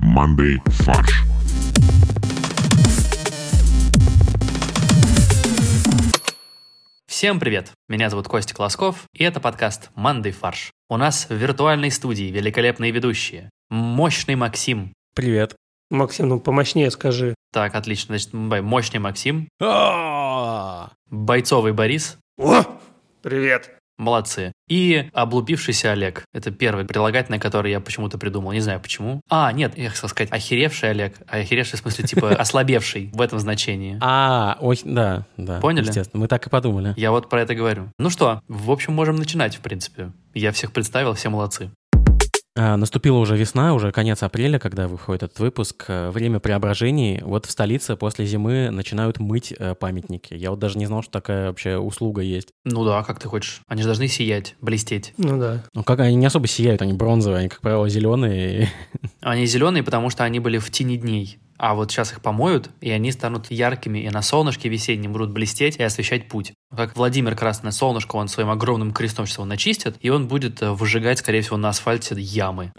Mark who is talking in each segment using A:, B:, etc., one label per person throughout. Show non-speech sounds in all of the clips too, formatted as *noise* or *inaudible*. A: командой «Фарш».
B: Всем привет! Меня зовут Костя Класков, и это подкаст «Мандай фарш». У нас в виртуальной студии великолепные ведущие. Мощный Максим.
C: Привет.
D: Максим, ну помощнее скажи.
B: Так, отлично. Значит, м- мощный Максим.
C: А!
B: Бойцовый Борис.
D: О! Привет.
B: Молодцы. И облупившийся Олег. Это первый прилагательный, который я почему-то придумал. Не знаю почему. А, нет, я хотел сказать охеревший Олег. А Охеревший в смысле типа ослабевший в этом значении.
C: А, ой, да, да.
B: Поняли?
C: Естественно, мы так и подумали.
B: Я вот про это говорю. Ну что, в общем, можем начинать, в принципе. Я всех представил, все молодцы.
C: А, наступила уже весна, уже конец апреля, когда выходит этот выпуск. Э, Время преображений. Вот в столице после зимы начинают мыть э, памятники. Я вот даже не знал, что такая вообще услуга есть.
B: Ну да, как ты хочешь. Они же должны сиять, блестеть.
D: Ну да.
C: Ну как, они не особо сияют, они бронзовые, они, как правило, *laughs* зеленые.
B: Они зеленые, потому что они были в тени дней. А вот сейчас их помоют, и они станут яркими, и на солнышке весеннем будут блестеть и освещать путь. Как Владимир Красное Солнышко, он своим огромным крестом сейчас его начистит, и он будет э, выжигать, скорее всего, на асфальте ямы.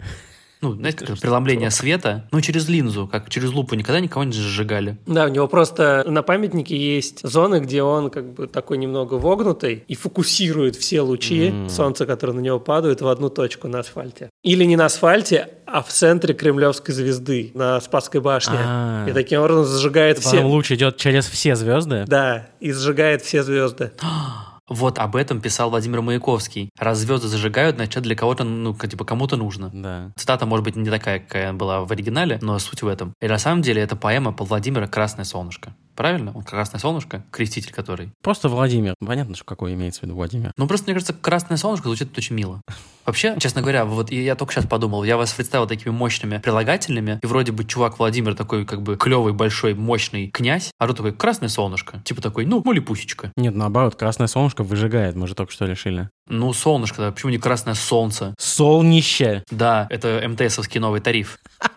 B: Ну, знаете, как это преломление света, ну, через линзу, как через лупу никогда никого не сжигали.
D: Да, у него просто на памятнике есть зоны, где он как бы такой немного вогнутый и фокусирует все лучи
C: М.
D: солнца, которые на него падают, в одну точку на асфальте. Или не на асфальте, а в центре Кремлевской звезды на Спасской башне.
C: А.
D: И таким образом зажигает
C: Потом
D: все.
C: луч идет через все звезды.
D: Да, и сжигает
C: *gasps*
D: все звезды.
B: Вот об этом писал Владимир Маяковский. Раз звезды зажигают, значит, для кого-то, ну, к- типа, кому-то нужно.
C: Да.
B: Цитата, может быть, не такая, какая была в оригинале, но суть в этом. И на самом деле это поэма по Владимира «Красное солнышко». Правильно? Он «Красное солнышко», креститель который.
C: Просто Владимир. Понятно, что какой имеется в виду Владимир.
B: Ну, просто, мне кажется, «Красное солнышко» звучит очень мило. Вообще, честно говоря, вот и я только сейчас подумал, я вас представил такими мощными прилагательными, и вроде бы чувак Владимир такой, как бы, клевый, большой, мощный князь, а тут такой «Красное солнышко», типа такой, ну, мулипусечка.
C: Нет, наоборот, красное солнышко выжигает, мы же только что решили.
B: Ну, солнышко, да, почему не «Красное солнце»?
C: Солнище!
B: Да, это МТСовский новый тариф. *laughs*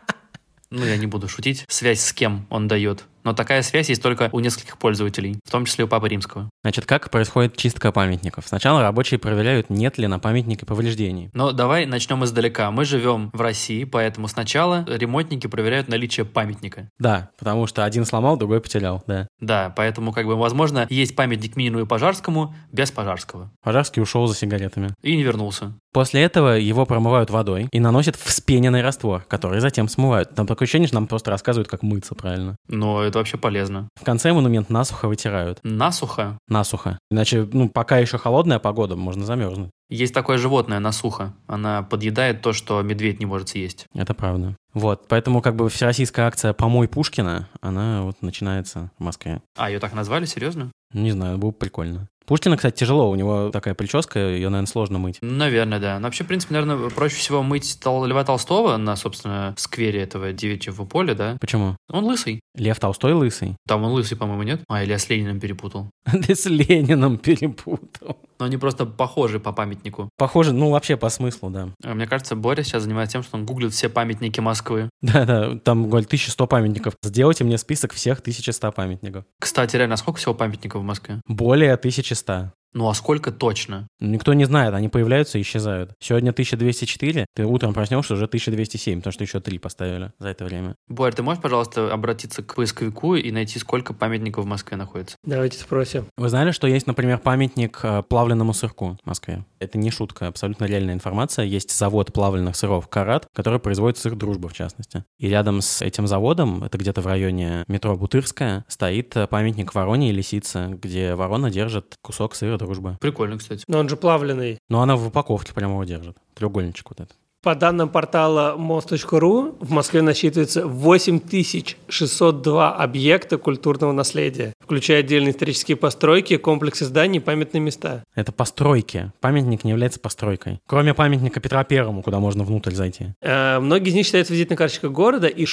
B: Ну, я не буду шутить. Связь с кем он дает. Но такая связь есть только у нескольких пользователей, в том числе у Папы Римского.
C: Значит, как происходит чистка памятников? Сначала рабочие проверяют, нет ли на памятнике повреждений.
B: Но давай начнем издалека. Мы живем в России, поэтому сначала ремонтники проверяют наличие памятника.
C: Да, потому что один сломал, другой потерял, да.
B: Да, поэтому, как бы, возможно, есть памятник Минину и Пожарскому без Пожарского.
C: Пожарский ушел за сигаретами.
B: И не вернулся.
C: После этого его промывают водой и наносят вспененный раствор, который затем смывают. Там такое ощущение, что нам просто рассказывают, как мыться правильно.
B: Но это вообще полезно.
C: В конце монумент насухо вытирают.
B: Насухо.
C: Насухо. Иначе, ну, пока еще холодная погода, можно замерзнуть.
B: Есть такое животное, насухо. Она подъедает то, что медведь не может съесть.
C: Это правда. Вот, поэтому как бы всероссийская акция «Помой Пушкина», она вот начинается в Москве.
B: А, ее так назвали? Серьезно?
C: Не знаю, было бы прикольно. Пушкина, кстати, тяжело, у него такая прическа, ее, наверное, сложно мыть.
B: Ну, Наверное, да. Но вообще, в принципе, наверное, проще всего мыть Тол- Льва Толстого на, собственно, сквере этого девичьего поля, да.
C: Почему?
B: Он лысый.
C: Лев Толстой лысый? *laughs*
B: Там он лысый, по-моему, нет? А, или я с Лениным перепутал.
C: Ты с Лениным перепутал.
B: Но они просто похожи по памятнику.
C: Похоже, ну вообще по смыслу, да.
B: А Мне кажется, Боря сейчас занимается тем, что он гуглит все памятники Москвы.
C: Да-да, там, говорит, 1100 памятников. Сделайте мне список всех 1100 памятников.
B: Кстати, реально, а сколько всего памятников в Москве?
C: Более 1100.
B: Ну, а сколько точно?
C: Никто не знает, они появляются и исчезают. Сегодня 1204, ты утром проснешься, уже 1207, потому что еще три поставили за это время.
B: Борь, ты можешь, пожалуйста, обратиться к поисковику и найти, сколько памятников в Москве находится?
D: Давайте спросим.
C: Вы знали, что есть, например, памятник э, плавленному сырку в Москве? Это не шутка, абсолютно реальная информация. Есть завод плавленных сыров «Карат», который производит сыр «Дружба», в частности. И рядом с этим заводом, это где-то в районе метро Бутырская, стоит э, памятник вороне и лисице, где ворона держит кусок сыра «Дружба».
B: Прикольно, кстати.
D: Но он же плавленый.
C: Но она в упаковке прямо его держит. Треугольничек вот этот.
D: По данным портала мост.ру, в Москве насчитывается 8602 объекта культурного наследия, включая отдельные исторические постройки, комплексы зданий и памятные места.
C: Это постройки. Памятник не является постройкой. Кроме памятника Петра Первому, куда можно внутрь зайти.
D: Э, Многие из них считаются визитной карточкой города, и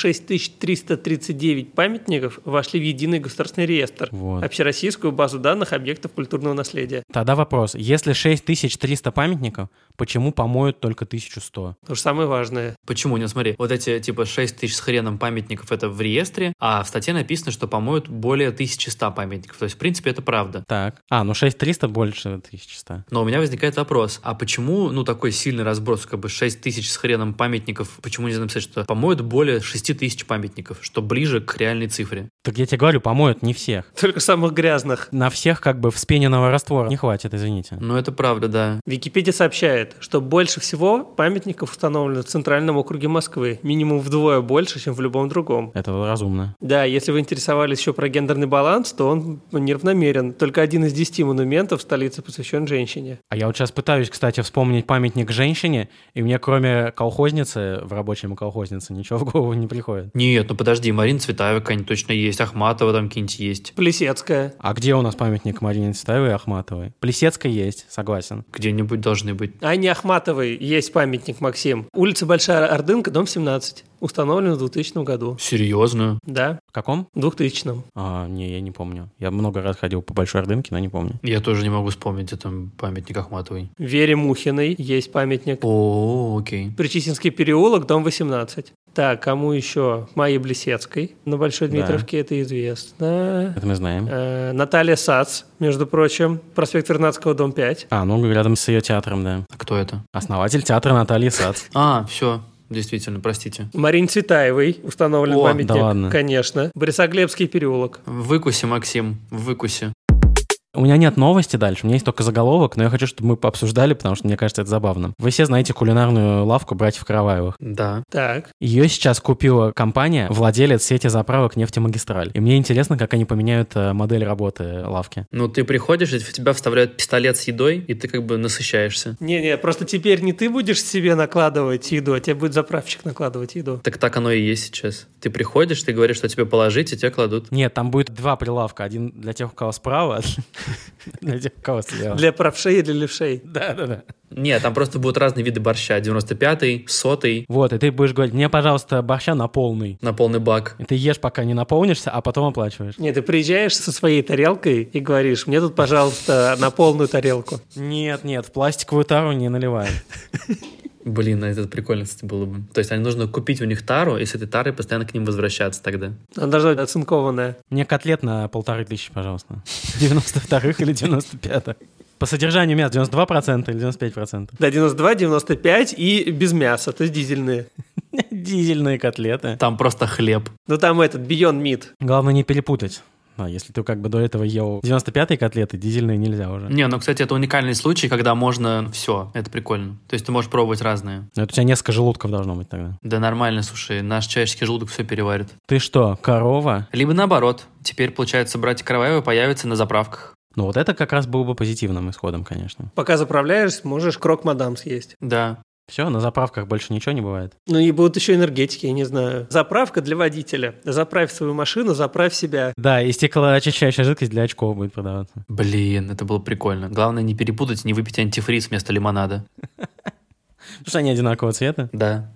D: 6339 памятников вошли в единый государственный реестр,
C: Вот.
D: общероссийскую базу данных объектов культурного наследия.
C: Тогда вопрос. Если 6300 памятников, почему помоют только 1100?
D: То же самое важное. *laughs*
B: Почему? Не, смотри, вот эти типа 6 тысяч с хреном памятников это в реестре, а в статье написано, что помоют более 1100 памятников. То есть, в принципе, это правда.
C: Так. А, ну 6300 больше 1100.
B: Но у меня возникает вопрос, а почему, ну, такой сильный разброс, как бы 6 тысяч с хреном памятников, почему нельзя написать, что помоют более 6 тысяч памятников, что ближе к реальной цифре?
C: Так я тебе говорю, помоют не всех.
D: Только самых грязных.
C: На всех как бы вспененного раствора не хватит, извините.
B: Ну, это правда, да.
D: Википедия сообщает, что больше всего памятников установлено в центральном округе Москвы. Минимум вдвое больше, чем в любом другом.
C: Это разумно.
D: Да, если вы интересовались еще про гендерный баланс, то он неравномерен. Только один из десяти монументов в столице посвящен женщине.
C: А я вот сейчас пытаюсь, кстати, вспомнить памятник женщине, и мне кроме колхозницы, в рабочем и колхознице, ничего в голову не приходит.
B: Нет, ну подожди, Марина Цветаева какая-нибудь точно есть, Ахматова там какие-нибудь есть.
D: Плесецкая.
C: А где у нас памятник Марине Цветаевой и Ахматовой? Плесецкая есть, согласен.
B: Где-нибудь должны быть.
D: Анне Ахматовой есть памятник, Максим. Улица Большая Ордынка, дом 17. Установлен в 2000 году.
B: Серьезно?
D: Да,
C: В каком?
D: в 2000.
C: А, не, я не помню. Я много раз ходил по Большой Ордынке, но не помню.
B: Я тоже не могу вспомнить этом памятник Ахматовой.
D: Вере Мухиной есть памятник.
B: О, окей.
D: Причистинский переулок, дом 18. Так, кому еще? Майе Блесецкой на Большой
C: Да.
D: Дмитровке это известно.
C: Это мы знаем.
D: Э, Наталья Сац, между прочим, проспект Вернадского, дом 5.
C: А, ну рядом с ее театром, да.
B: А кто это?
C: Основатель театра Натальи Сац.
B: А, все, действительно, простите.
D: Марине Цветаевой установлен
B: О,
D: памятник,
C: да ладно.
D: конечно. Борисоглебский переулок.
B: В выкусе, Максим, в выкусе.
C: У меня нет новости дальше, у меня есть только заголовок, но я хочу, чтобы мы пообсуждали, потому что мне кажется это забавно. Вы все знаете кулинарную лавку братьев Караваевых.
B: Да.
D: Так,
C: Ее сейчас купила компания, владелец сети заправок «Нефтемагистраль». И мне интересно, как они поменяют э, модель работы лавки.
B: Ну, ты приходишь, и в тебя вставляют пистолет с едой, и ты как бы насыщаешься.
D: не-не, просто теперь не ты будешь себе накладывать еду, а тебе будет заправщик накладывать еду.
B: Так так оно и есть сейчас. Ты приходишь, ты говоришь, что тебе положить, и тебе кладут.
C: Нет, там будет два прилавка. Один для тех, у кого справа, *laughs* а для тех, у кого слева.
D: Для правшей и для левшей.
C: Да-да-да.
B: Нет, там просто будут разные виды борща. 95-й, 100-й,
C: Вот, и ты будешь говорить, мне, пожалуйста, борща на полный.
B: на полный бак.
C: И ты ешь, пока не наполнишься, а потом оплачиваешь.
D: Нет, ты приезжаешь со своей тарелкой и говоришь, мне тут, пожалуйста, на полную тарелку.
C: Нет, нет, в пластиковую тару не наливай.
B: Блин, а это прикольно, кстати, было бы. То есть, они нужно купить у них тару, и с этой тарой постоянно к ним возвращаться тогда.
D: Она должна быть оцинкованная.
C: Мне котлет на полторы тысячи, пожалуйста. *laughs* 92-х или 95-х. По содержанию мяса 92% или 95%.
D: Да, 92, 95 и без мяса, то есть дизельные.
C: *laughs* Дизельные котлеты.
B: Там просто хлеб.
D: Ну там этот, Beyond Meat.
C: Главное не перепутать. А если ты как бы до этого ел 95-е котлеты, дизельные нельзя уже.
B: Не, ну, кстати, это уникальный случай, когда можно все. Это прикольно. То есть, ты можешь пробовать разные.
C: Но это у тебя несколько желудков должно быть тогда.
B: Да нормально, слушай, наш человеческий желудок все переварит.
C: Ты что, корова?
B: Либо наоборот, теперь, получается, братья Караваевы появятся на заправках.
C: Ну вот это как раз было бы позитивным исходом, конечно.
D: Пока заправляешь, можешь крок мадам съесть.
B: Да.
C: Все, на заправках больше ничего не бывает.
D: Ну и будут еще энергетики, я не знаю. Заправка для водителя. Заправь свою машину, заправь себя.
C: Да, и стеклоочищающая жидкость для очков будет продаваться.
B: Блин, это было прикольно. Главное не перепутать, не выпить антифриз вместо лимонада.
C: Потому что они одинакового цвета.
B: Да.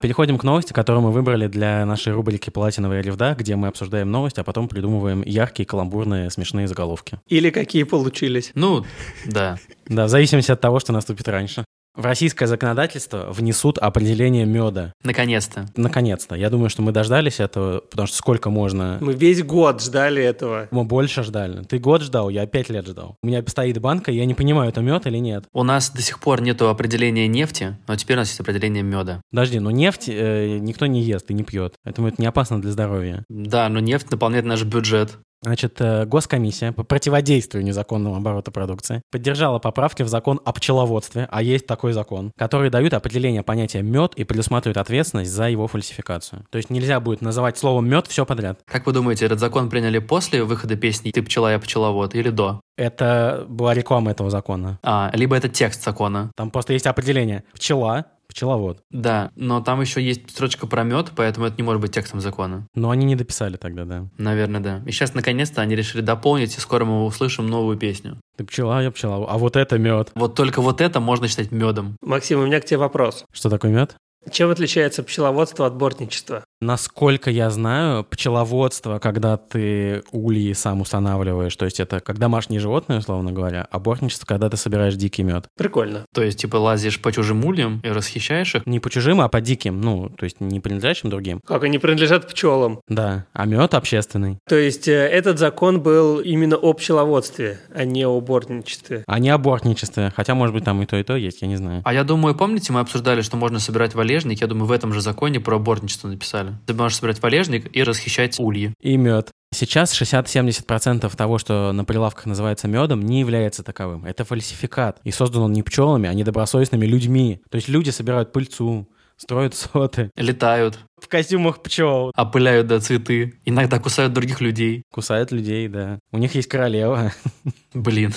C: Переходим к новости, которую мы выбрали для нашей рубрики «Платиновая или вда», где мы обсуждаем новость, а потом придумываем яркие, каламбурные, смешные заголовки.
D: Или какие получились.
B: Ну, да.
C: Да, в зависимости от того, что наступит раньше. В российское законодательство внесут определение меда.
B: Наконец-то.
C: Наконец-то. Я думаю, что мы дождались этого, потому что сколько можно...
D: Мы весь год ждали этого.
C: Мы больше ждали. Ты год ждал, я пять лет ждал. У меня стоит банка, и я не понимаю, это мед или нет.
B: У нас до сих пор нету определения нефти, но теперь у нас есть определение меда.
C: Подожди, но нефть э, никто не ест и не пьет. Поэтому это не опасно для здоровья.
B: Да, но нефть наполняет наш бюджет.
C: Значит, э, Госкомиссия по противодействию незаконному обороту продукции поддержала поправки в закон о пчеловодстве, а есть такой закон, который дают определение понятия мед и предусматривает ответственность за его фальсификацию. То есть нельзя будет называть словом мед все подряд.
B: Как вы думаете, этот закон приняли после выхода песни «Ты пчела, я пчеловод» или до?
C: Это была реклама этого закона.
B: А, либо это текст закона.
C: Там просто есть определение пчела, пчеловод.
B: Да, но там еще есть строчка про мед, поэтому это не может быть текстом закона.
C: Но они не дописали тогда, да.
B: Наверное, да. И сейчас наконец-то они решили дополнить, и скоро мы услышим новую песню.
C: Ты пчела, я пчела. А вот это мед.
B: Вот только вот это можно считать медом.
D: Максим, у меня к тебе вопрос.
C: Что такое мед?
D: Чем отличается пчеловодство от бортничества?
C: Насколько я знаю, пчеловодство, когда ты ульи сам устанавливаешь, то есть это как домашние животные, условно говоря, а бортничество, когда ты собираешь дикий мед.
D: Прикольно.
B: То есть, типа, лазишь по чужим ульям и расхищаешь их?
C: Не по чужим, а по диким, ну, то есть не принадлежащим другим.
D: Как они принадлежат пчелам.
C: Да, а мед общественный.
D: То есть э, этот закон был именно о пчеловодстве, а не о бортничестве.
C: А не о бортничестве, хотя, может быть, там и то, и то есть, я не знаю.
B: А я думаю, помните, мы обсуждали, что можно собирать валежник? Я думаю, в этом же законе про бортничество написали. Ты можешь собирать валежник и расхищать ульи.
C: И мед. Сейчас 60-70% того, что на прилавках называется медом, не является таковым. Это фальсификат. И создан он не пчелами, а недобросовестными людьми. То есть люди собирают пыльцу, строят соты
B: Летают,
C: в костюмах пчел.
B: опыляют до цветы, иногда кусают других людей.
C: Кусают людей, да. У них есть королева. *laughs*
B: Блин,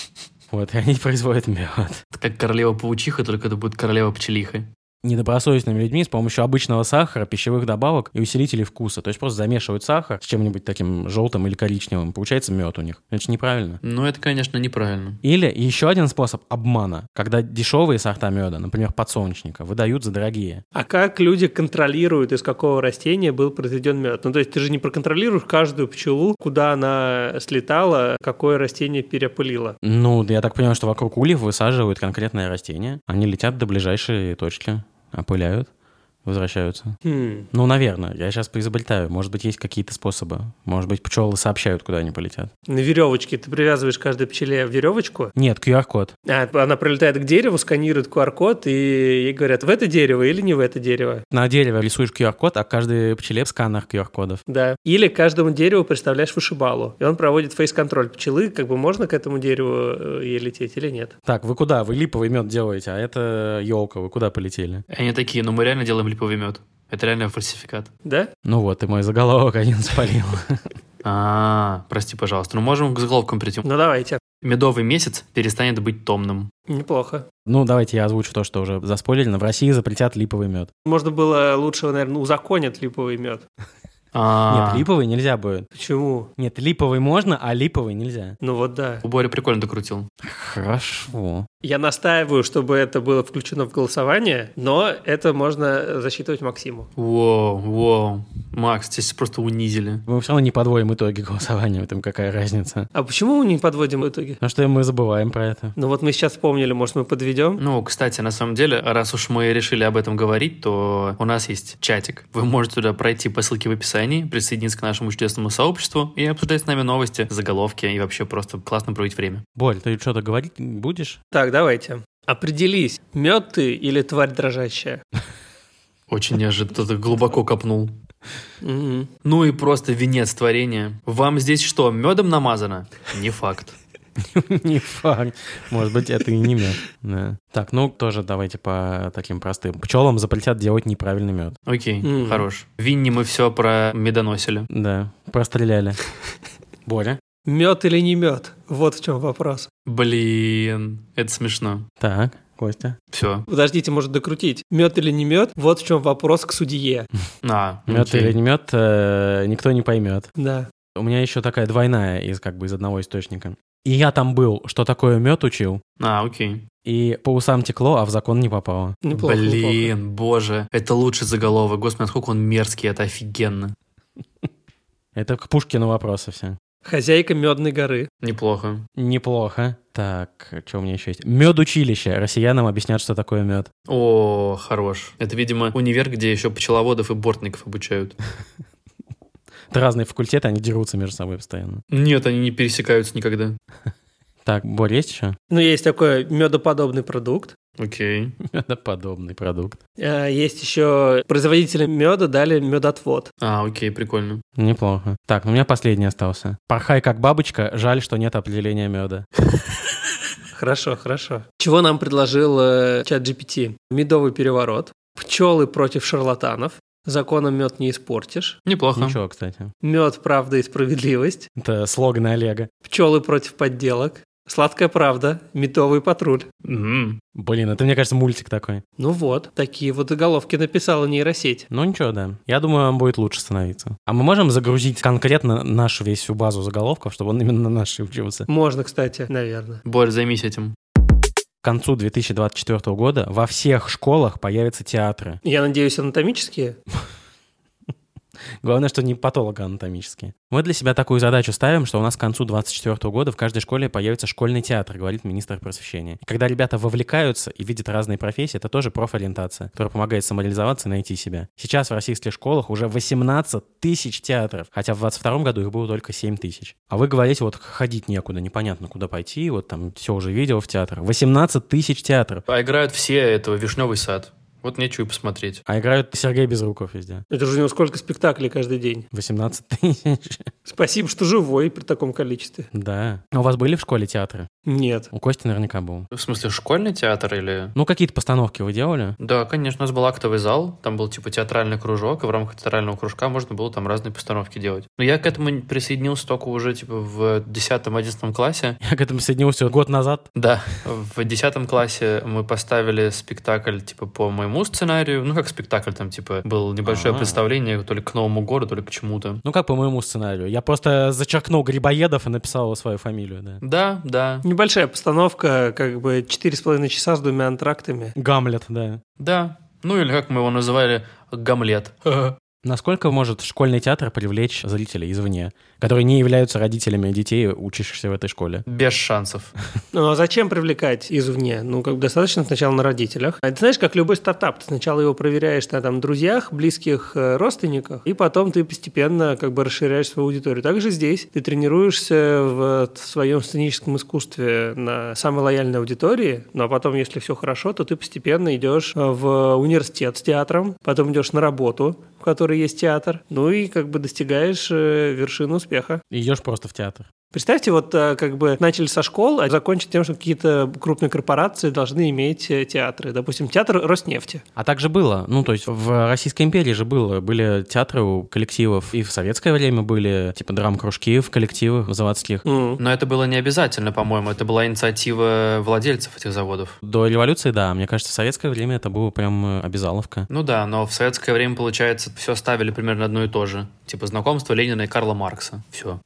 B: *laughs*
C: Вот, и они производят мед.
B: это как королева-паучиха, только это будет королева-пчелиха.
C: недобросовестными людьми с помощью обычного сахара, пищевых добавок и усилителей вкуса. То есть просто замешивают сахар с чем-нибудь таким желтым или коричневым. Получается мед у них. Это же неправильно.
B: Ну, это, конечно, неправильно.
C: Или еще один способ обмана, когда дешевые сорта меда, например, подсолнечника, выдают за дорогие.
D: А как люди контролируют, из какого растения был произведен мед? Ну, то есть ты же не проконтролируешь каждую пчелу, куда она слетала, какое растение переопылило.
C: Ну, да я так понимаю, что вокруг ульев высаживают конкретное растение. Они летят до ближайшей точки, опыляют, возвращаются.
D: Хм.
C: Ну, наверное, я сейчас поизобретаю. Может быть, есть какие-то способы. Может быть, пчелы сообщают, куда они полетят.
D: На веревочке ты привязываешь каждой пчеле веревочку,
C: Нет, QR-код.
D: а она прилетает к дереву, сканирует QR-код и ей говорят, в это дерево или не в это дерево.
C: На дереве рисуешь QR-код, а каждый пчеле сканер QR-кодов.
D: Да. Или каждому дереву представляешь вышибалу, и он проводит фейс-контроль пчелы, как бы можно к этому дереву э, ей лететь или нет.
C: Так, вы куда? Вы липовый мед делаете, а это елка, вы куда полетели?
B: И Они такие, ну мы реально делаем липовый мед. Это реально фальсификат.
D: Да?
C: Ну вот, и мой заголовок один *laughs* спалил.
B: А, прости, пожалуйста. Ну можем к заголовкам прийти.
D: Ну давайте.
B: Медовый месяц перестанет быть томным.
D: Неплохо.
C: Ну, давайте я озвучу то, что уже заспойлерено. В России запретят липовый мед.
D: Можно было лучше, наверное, узаконить липовый мед.
B: А,
C: Нет, липовый нельзя будет.
D: Почему?
C: Нет, липовый можно, а липовый нельзя.
D: Ну вот да.
B: у Боря прикольно докрутил.
C: Хорошо.
D: Я настаиваю, чтобы это было включено в голосование, но это можно э, засчитывать Максиму.
B: Воу, воу. Макс, тебя сейчас просто унизили.
C: Мы все равно не подвоим итоги голосования, в этом какая разница.
D: А почему мы не подводим итоги?
C: Ну что мы забываем про это.
D: Ну вот мы сейчас вспомнили, может мы подведем?
B: Ну, кстати, на самом деле, раз уж мы решили об этом говорить, то у нас есть чатик. Вы можете туда пройти по ссылке в описании, присоединиться к нашему чудесному сообществу и обсуждать с нами новости, заголовки и вообще просто классно проводить время.
C: Боль, ты что-то говорить будешь?
D: Так, давайте. Определись, мед ты или тварь дрожащая?
B: Очень неожиданно ты глубоко копнул.
D: Мгм.
B: Ну и просто венец творения. Вам здесь что, медом намазано? Не факт.
C: *laughs* Не факт. Может быть, это и не мед. Да. Так, ну тоже давайте по таким простым. Пчелам запретят делать неправильный мед.
B: Окей,
D: Мгм.
B: хорош. Винни мы все про медоносили.
C: Да, простреляли. Боря.
D: Мед или не мед? Вот в чем вопрос.
B: Блин, это смешно.
C: Так, Костя.
B: Все.
D: Подождите, может докрутить. Мед или не мед? Вот в чем вопрос к судье.
B: На.
C: Мед
B: А, окей.
C: или не мед, э, никто не поймет.
D: Да.
C: У меня еще такая двойная из как бы из одного источника. И я там был, что такое мед учил,
B: А, окей.
C: и по усам текло, а в закон не попало.
D: Неплохо, неплохо.
B: Блин, боже. Это лучший заголовок. Господи, насколько он мерзкий, это офигенно.
C: Это к Пушкину вопросы все.
D: Хозяйка медной горы.
B: Неплохо.
C: Неплохо. Так, что у меня еще есть? Мед училище. Россиянам объяснят, что такое мед.
B: О, хорош. Это, видимо, универ, где еще пчеловодов и бортников обучают.
C: Это разные факультеты, они дерутся между собой постоянно.
B: Нет, они не пересекаются никогда.
C: Так, Борь, есть *laughs* еще?
D: Ну, есть такой медоподобный продукт.
B: Окей.
C: Медоподобный продукт.
D: А, Есть еще производители меда дали медотвод.
B: А, окей, прикольно.
C: Неплохо. Так, ну у меня последний остался. Порхай как бабочка, жаль, что нет определения меда.
D: Хорошо, хорошо. Чего нам предложил э, чат GPT? Медовый переворот, пчелы против шарлатанов, законом мед не испортишь,
B: Неплохо.
C: Ничего, кстати.
D: мед, правда и справедливость,
C: Это слоган Олега.
D: пчелы против подделок, сладкая правда, медовый патруль.
B: Мгм.
C: Блин, это, мне кажется, мультик такой.
D: Ну вот, такие вот заголовки написала нейросеть.
C: Ну ничего, да. Я думаю, он будет лучше становиться. А мы можем загрузить конкретно нашу весь всю базу заголовков, чтобы он именно на нашей учился?
D: Можно, кстати, наверное.
B: Борь, займись этим.
C: К концу 2024 года во всех школах появятся театры.
D: Я надеюсь, анатомические?
C: Главное, что не патологоанатомические. Мы для себя такую задачу ставим, что у нас к концу 2024 года в каждой школе появится школьный театр, говорит министр просвещения. И когда ребята вовлекаются и видят разные профессии, это тоже профориентация, которая помогает самореализоваться и найти себя. Сейчас в российских школах уже 18 тысяч театров, хотя в 2022 году их было только 7 тысяч. А вы говорите, вот ходить некуда, непонятно куда пойти, вот там все уже видел в театрах. 18 тысяч театров.
B: А играют все этого «Вишневый сад». Вот нечего и посмотреть.
C: А играют Сергей Безруков везде.
D: Это же у него сколько спектаклей каждый день.
C: 18 тысяч. *laughs*
D: Спасибо, что живой при таком количестве.
C: Да. А у вас были в школе театры?
D: Нет.
C: У Кости наверняка был.
B: В смысле, школьный театр или...
C: Ну, какие-то постановки вы делали?
B: Да, конечно, у нас был актовый зал, там был типа театральный кружок, и в рамках театрального кружка можно было там разные постановки делать. Но я к этому присоединился только уже типа в 10-11 классе.
C: Я к этому присоединился год назад.
B: Да, в 10 классе мы поставили спектакль типа по моему сценарию, ну как спектакль там типа было небольшое
C: А-а.
B: представление то ли к Новому году, то ли к чему-то.
C: Ну, как по моему сценарию. Я просто зачеркнул Грибоедов и написал свою фамилию, да.
B: Да, да,
D: Небольшая постановка, как бы 4,5 часа с двумя антрактами.
C: Гамлет, да.
B: да. Ну или как мы его называли, Гамлет.
C: Насколько может школьный театр привлечь зрителей извне, которые не являются родителями детей, учащихся в этой школе?
B: Без шансов.
D: Ну а зачем привлекать извне? Ну, как бы достаточно сначала на родителях. А Это знаешь, как любой стартап. Ты сначала его проверяешь на там друзьях, близких, э, родственниках, и потом ты постепенно как бы расширяешь свою аудиторию. Также здесь ты тренируешься в, своем сценическом искусстве на самой лояльной аудитории, ну а потом, если все хорошо, то ты постепенно идешь э, в университет с театром, потом идешь на работу, в которой есть театр, ну и как бы достигаешь э, вершины успеха.
C: И идешь просто в театр.
D: Представьте, вот э, как бы начали со школ, а закончить тем, что какие-то крупные корпорации должны иметь э, театры. Допустим, театр Роснефти.
C: А так же было. Ну, то есть в Российской империи же было. Были театры у коллективов. И в советское время были, типа, драм-кружки в коллективах заводских.
D: М.
B: Но это было не обязательно, по-моему. Это была инициатива владельцев этих заводов.
C: До революции, да. Мне кажется, в советское время это было прям э, обязаловка.
B: Ну да, но в советское время, получается, все ставили примерно одно и то же. Типа знакомство Ленина и Карла Маркса. Все.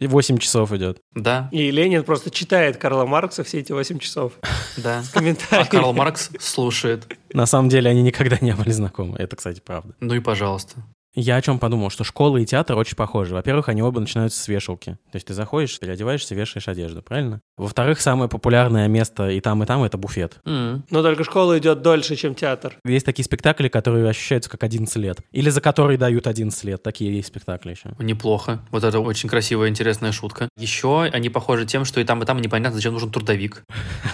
C: И 8 часов идет.
B: Да,
D: И Ленин просто читает Карла Маркса все эти 8 часов.
B: да. А
D: Комментарии.
B: Карл Маркс слушает.
C: На самом деле они никогда не были знакомы. Это, кстати, правда.
B: Ну и пожалуйста.
C: Я о чем подумал, что школа и театр очень похожи. Во-первых, они оба начинаются с вешалки. То есть ты заходишь, переодеваешься, вешаешь одежду, правильно? Во-вторых, самое популярное место и там, и там — это буфет.
B: М.
D: Но только школа идет дольше, чем театр.
C: Есть такие спектакли, которые ощущаются как 11 лет. Или за которые дают 11 лет. Такие есть спектакли еще.
B: Неплохо. Вот это очень красивая, интересная шутка. Еще они похожи тем, что и там, и там непонятно, зачем нужен трудовик.
C: *laughs*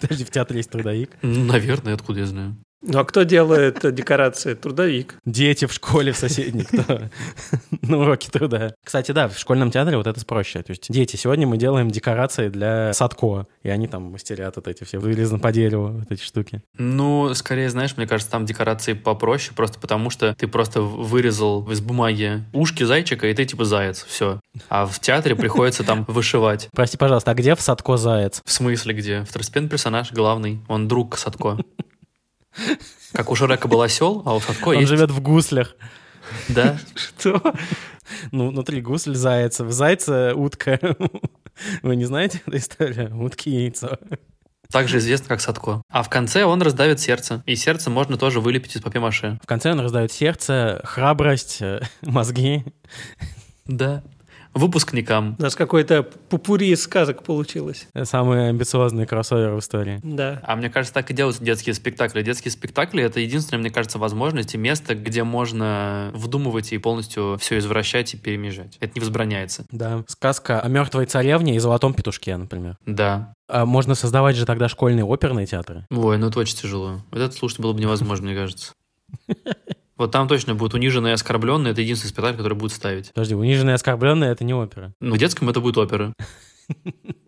C: Подожди, в театре есть трудовик.
B: Ну, Наверное, откуда я знаю.
D: Ну а кто делает э, декорации? Трудовик.
C: Дети в школе в соседней, кто? *laughs* На уроке труда. Кстати, да, в школьном театре вот это проще. То есть дети, сегодня мы делаем декорации для садко, и они там мастерят вот эти все вырезаны по дереву, вот эти штуки.
B: Ну, скорее, знаешь, мне кажется, там декорации попроще, просто потому что ты просто вырезал из бумаги ушки зайчика, и ты типа заяц, все. А в театре приходится там вышивать.
C: Прости, пожалуйста, а где в садко заяц?
B: В смысле где? Второстепенный персонаж главный, он друг Садко. Как у Шрека был осел, а у Садко
C: Он
B: есть...
C: живет в гуслях.
B: Да,
D: Что?
C: *laughs* Ну, внутри гусль зайца. Зайца — утка. *laughs* Вы не знаете эту историю? Утки — яйцо.
B: также известно как Садко. А в конце он раздавит сердце, и сердце можно тоже вылепить из папе-маше.
C: В конце он раздает сердце, храбрость, э, *laughs* мозги.
B: Да. Выпускникам.
D: У нас какой-то пупури из сказок получилось.
C: Самый амбициозный кроссовер в истории.
D: Да.
B: А мне кажется, так и делаются детские спектакли. Детские спектакли — это единственная, мне кажется, возможность и место, где можно вдумывать и полностью все извращать и перемежать. Это не возбраняется.
C: Да. Сказка о мертвой царевне и золотом петушке, например.
B: Да.
C: А можно создавать же тогда школьные оперные театры.
B: Ой, ну это очень тяжело. Вот это слушать было бы невозможно, мне кажется. Вот там точно будут униженные и оскорбленные. Это единственный спектакль, который будут ставить.
C: Подожди, униженные и оскорбленные это не опера.
B: Ну, в детском это будет опера.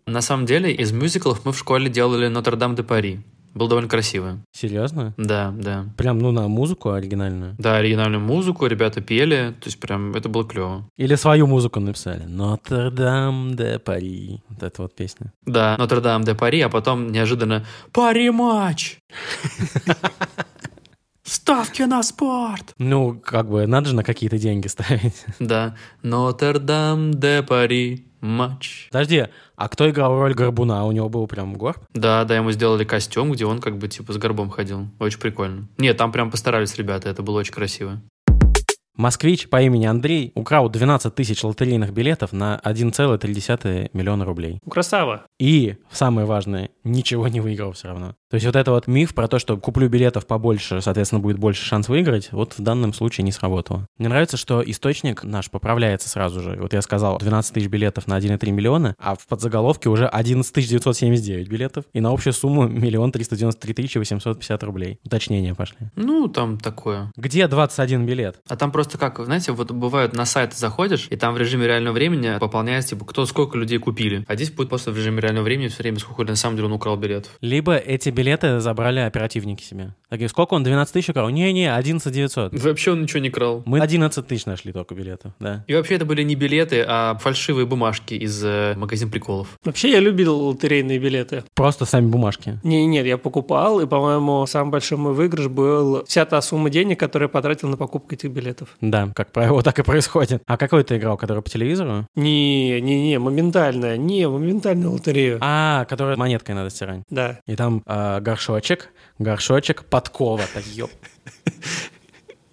B: На самом деле, из мюзиклов мы в школе делали «Нотр-Дам де Пари». Был довольно красиво.
C: Серьезно?
B: Да, да.
C: Прям, ну, на музыку оригинальную.
B: Да, оригинальную музыку ребята пели. То есть прям это было клево.
C: Или свою музыку написали. Нотр-Дам де Пари. Вот эта вот песня.
B: Да, Нотр-Дам де Пари, а потом неожиданно «Пари матч!» Ставки на спорт!
C: Ну, как бы, надо же на какие-то деньги *laughs* ставить.
B: Да, Нотр-Дам де Пари матч.
C: Подожди, а кто играл роль Горбуна? У него был прям горб?
B: Да, да, ему сделали костюм, где он как бы типа с горбом ходил. Очень прикольно. Нет, там прям постарались ребята, это было очень красиво.
C: Москвич по имени Андрей украл 12 тысяч лотерейных билетов на 1,3 миллиона рублей.
D: Красава.
C: И, самое важное, ничего не выиграл все равно. То есть вот это вот миф про то, что куплю билетов побольше, соответственно, будет больше шанс выиграть, вот в данном случае не сработало. Мне нравится, что источник наш поправляется сразу же. Вот я сказал, 12 тысяч билетов на 1,3 миллиона, а в подзаголовке уже 11 979 билетов, и на общую сумму 1 393 850 рублей. Уточнения пошли.
B: Ну, там такое.
C: Где 21 билет?
B: А там просто как, знаете, вот бывают на сайт заходишь, и там в режиме реального времени пополняется, типа, кто сколько людей купили. А здесь будет просто в режиме реального времени все время, сколько на самом деле он украл билетов.
C: Либо эти билеты забрали оперативники себе. Такие, сколько он, 12 тысяч украл? Не-не, 11 900.
B: Вообще он ничего не крал.
C: Мы 11 тысяч нашли только билетов, да.
B: И вообще это были не билеты, а фальшивые бумажки из э, магазин приколов.
D: Вообще я любил лотерейные билеты.
C: Просто сами бумажки.
D: Не, нет, я покупал, и, по-моему, самый большой мой выигрыш был вся та сумма денег, которую я потратил на покупку этих билетов.
C: Да, как правило, *laughs* так и происходит. А какой ты играл, который по телевизору?
D: Не, не, не, моментальная, не, моментальная лотерея.
C: А, который монеткой надо стирать.
D: Да.
C: И там э, горшочек, горшочек, подкова. Так, ёп.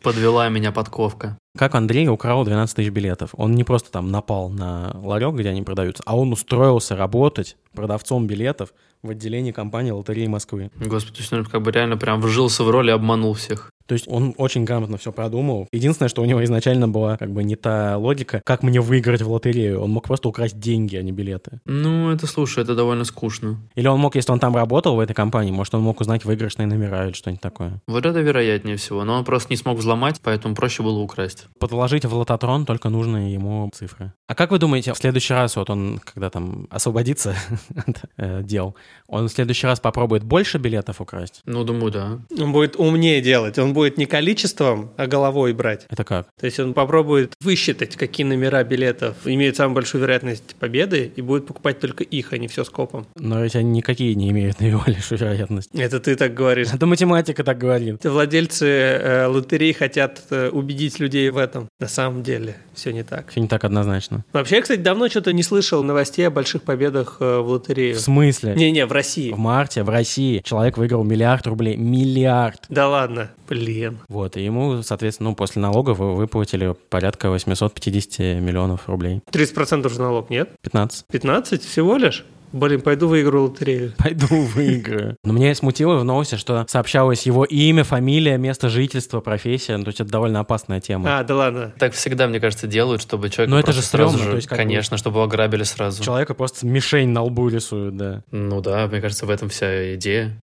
B: Подвела меня подковка.
C: Как Андрей украл 12 тысяч билетов? Он не просто там напал на ларек, где они продаются, а он устроился работать продавцом билетов в отделении компании «Лотереи Москвы».
B: Господи, то есть он как бы реально прям вжился в роль и обманул всех.
C: То есть он очень грамотно все продумал. Единственное, что у него изначально была как бы не та логика, как мне выиграть в лотерею. Он мог просто украсть деньги, а не билеты.
B: Ну, это, слушай, это довольно скучно.
C: Или он мог, если он там работал в этой компании, может, он мог узнать выигрышные номера или что-нибудь такое.
B: Вот это вероятнее всего. Но он просто не смог взломать, поэтому проще было украсть.
C: Подложить в лототрон только нужные ему цифры. А как вы думаете, в следующий раз вот он, когда там освободится *laughs* от э, дел, он в следующий раз попробует больше билетов украсть?
B: Ну, думаю, да.
D: Он будет умнее делать. Он будет не количеством, а головой брать.
C: Это как?
D: То есть он попробует высчитать, какие номера билетов имеют самую большую вероятность победы, и будет покупать только их, а не все скопом.
C: Но ведь они никакие не имеют *laughs* наиболее большую вероятность.
D: Это ты так *laughs* говоришь.
C: Это математика так говорит.
D: Владельцы э, лотерей хотят э, убедить людей в этом. На самом деле все не так.
C: Все не так однозначно.
D: Вообще, я, кстати, давно что-то не слышал новостей о больших победах э, в лотерее.
C: В смысле?
D: Не-не, в России.
C: В марте в России человек выиграл миллиард рублей. Миллиард.
D: Да ладно. Блин.
C: Вот, и ему, соответственно, ну, после налогов вы выплатили порядка 850 миллионов рублей.
D: 30% же налог, нет?
C: 15.
D: 15 всего лишь? Блин, пойду выиграю лотерею.
C: Пойду выиграю. Но меня смутило в новости, что сообщалось его имя, фамилия, место жительства, профессия. Ну, то есть это довольно опасная тема.
D: А, да ладно.
B: Так всегда, мне кажется, делают, чтобы человек.
C: Но это же
B: сразу
C: стрёмно,
B: же,
C: то есть как бы-
B: конечно, чтобы его ограбили сразу.
C: Человека просто мишень на лбу рисуют, да.
B: Ну да, мне кажется, в этом вся идея.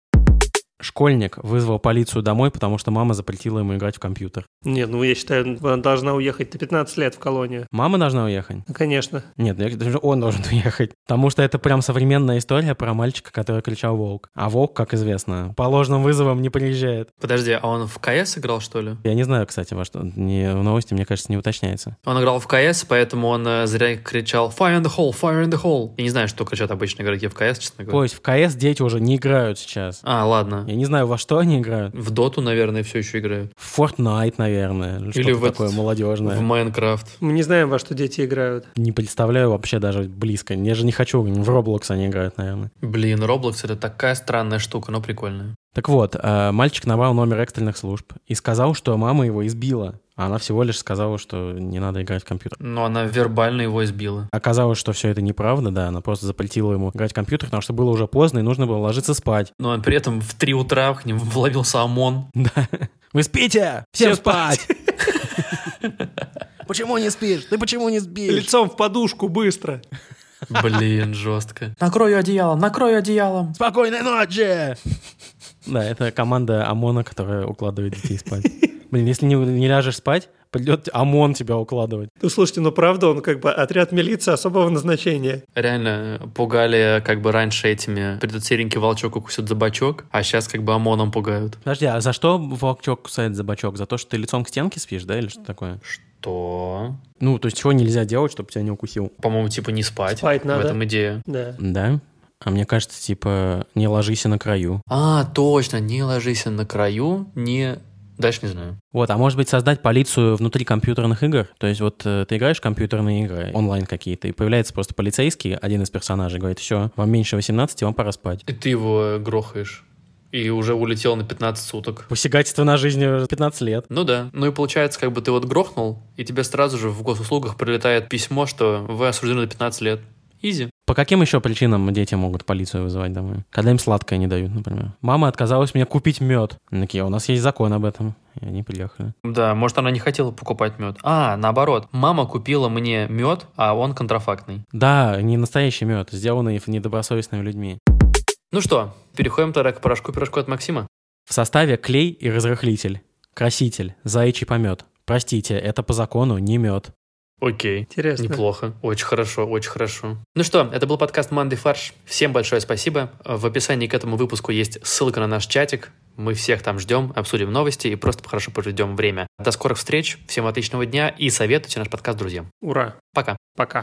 C: Школьник вызвал полицию домой, потому что мама запретила ему играть в компьютер.
D: Нет, ну я считаю, она должна уехать на 15 лет в колонию.
C: Мама должна уехать?
D: Ну, конечно.
C: Нет, ну я говорю, он должен уехать. Потому что это прям современная история про мальчика, который кричал «Волк». А волк, как известно, по ложным вызовам не приезжает.
B: Подожди, а он в КС играл, что ли?
C: Я не знаю, кстати, во что. Не, в новости, мне кажется, не уточняется.
B: Он играл в КС, поэтому он э, зря кричал «Fire in the hole! Fire in the hole!» Я не знаю, что кричат обычные игроки в КС, честно
C: То
B: говоря.
C: есть в КС дети уже не играют сейчас.
B: А, ладно.
C: Я не знаю, во что они играют.
B: В Доту, наверное, все еще играют.
C: В Fortnite, наверное. Или
B: Или
C: что
B: в
C: такое
B: этот-
C: молодежное.
B: В Майнкрафт.
D: Мы не знаем, во что дети играют.
C: Не представляю вообще даже близко. Я же не хочу, в Roblox они играют, наверное.
B: Блин, Roblox это такая странная штука, но прикольная.
C: Так вот, э, мальчик набрал номер экстренных служб и сказал, что мама его избила. А она всего лишь сказала, что не надо играть в компьютер.
B: Но она вербально его избила.
C: Оказалось, что все это неправда, да, она просто запретила ему играть в компьютер, потому что было уже поздно и нужно было ложиться спать.
B: Но Ну, а при этом в 3 утра к ним *laughs* вломился ОМОН.
C: Да. Вы спите? Всем спать! *laughs* Почему не спишь? Ты почему не спишь?
D: Лицом в подушку, быстро.
B: Блин, жестко. Накрою одеялом, накрою одеялом.
C: Спокойной ночи! Да, это команда ОМОНа, которая укладывает детей спать. Блин, если не, не ляжешь спать, придет ОМОН тебя укладывать.
D: Ну, слушайте, ну правда, он как бы отряд милиции особого назначения.
B: Реально пугали как бы раньше этими. Придут серенький волчок укусит за бачок, а сейчас как бы ОМОНом пугают.
C: Подожди, а за что волчок кусает за бачок? За то, что ты лицом к стенке спишь, да, или что такое?
B: Что?
C: Ну, то есть чего нельзя делать, чтобы тебя не укусил?
B: По-моему, типа не спать.
D: Спать надо.
B: В этом идея.
D: Да.
C: Да? А мне кажется, типа, не ложись и на краю.
B: А, точно, не ложись на краю, не... Дальше не знаю.
C: Вот, а может быть создать полицию внутри компьютерных игр? То есть вот э, ты играешь в компьютерные игры, онлайн какие-то, и появляется просто полицейский, один из персонажей, говорит, все, вам меньше 18, вам пора спать.
B: И ты его грохаешь. И уже улетел на 15 суток.
C: Посягательство на жизнь уже 15 лет.
B: Ну да. Ну и получается, как бы ты вот грохнул, и тебе сразу же в госуслугах прилетает письмо, что вы осуждены на 15 лет. Изи.
C: По каким еще причинам дети могут полицию вызывать домой? Когда им сладкое не дают, например. Мама отказалась мне купить мед. Они Такие, у нас есть закон об этом. И они приехали.
B: Да, может, она не хотела покупать мед. А, наоборот, мама купила мне мед, а он контрафактный.
C: Да, не настоящий мед, сделанный ф- недобросовестными людьми.
B: Ну что, переходим тогда к порошку-пирожку от Максима.
C: В составе клей и разрыхлитель. Краситель, заячий помет. Простите, это по закону не мед.
B: Окей.
D: Интересно.
B: Неплохо. Очень хорошо, очень хорошо. Ну что, это был подкаст «Манды фарш». Всем большое спасибо. В описании к этому выпуску есть ссылка на наш чатик. Мы всех там ждем, обсудим новости и просто хорошо проведем время. До скорых встреч, всем отличного дня и советуйте наш подкаст друзьям.
D: Ура.
B: Пока.
D: Пока.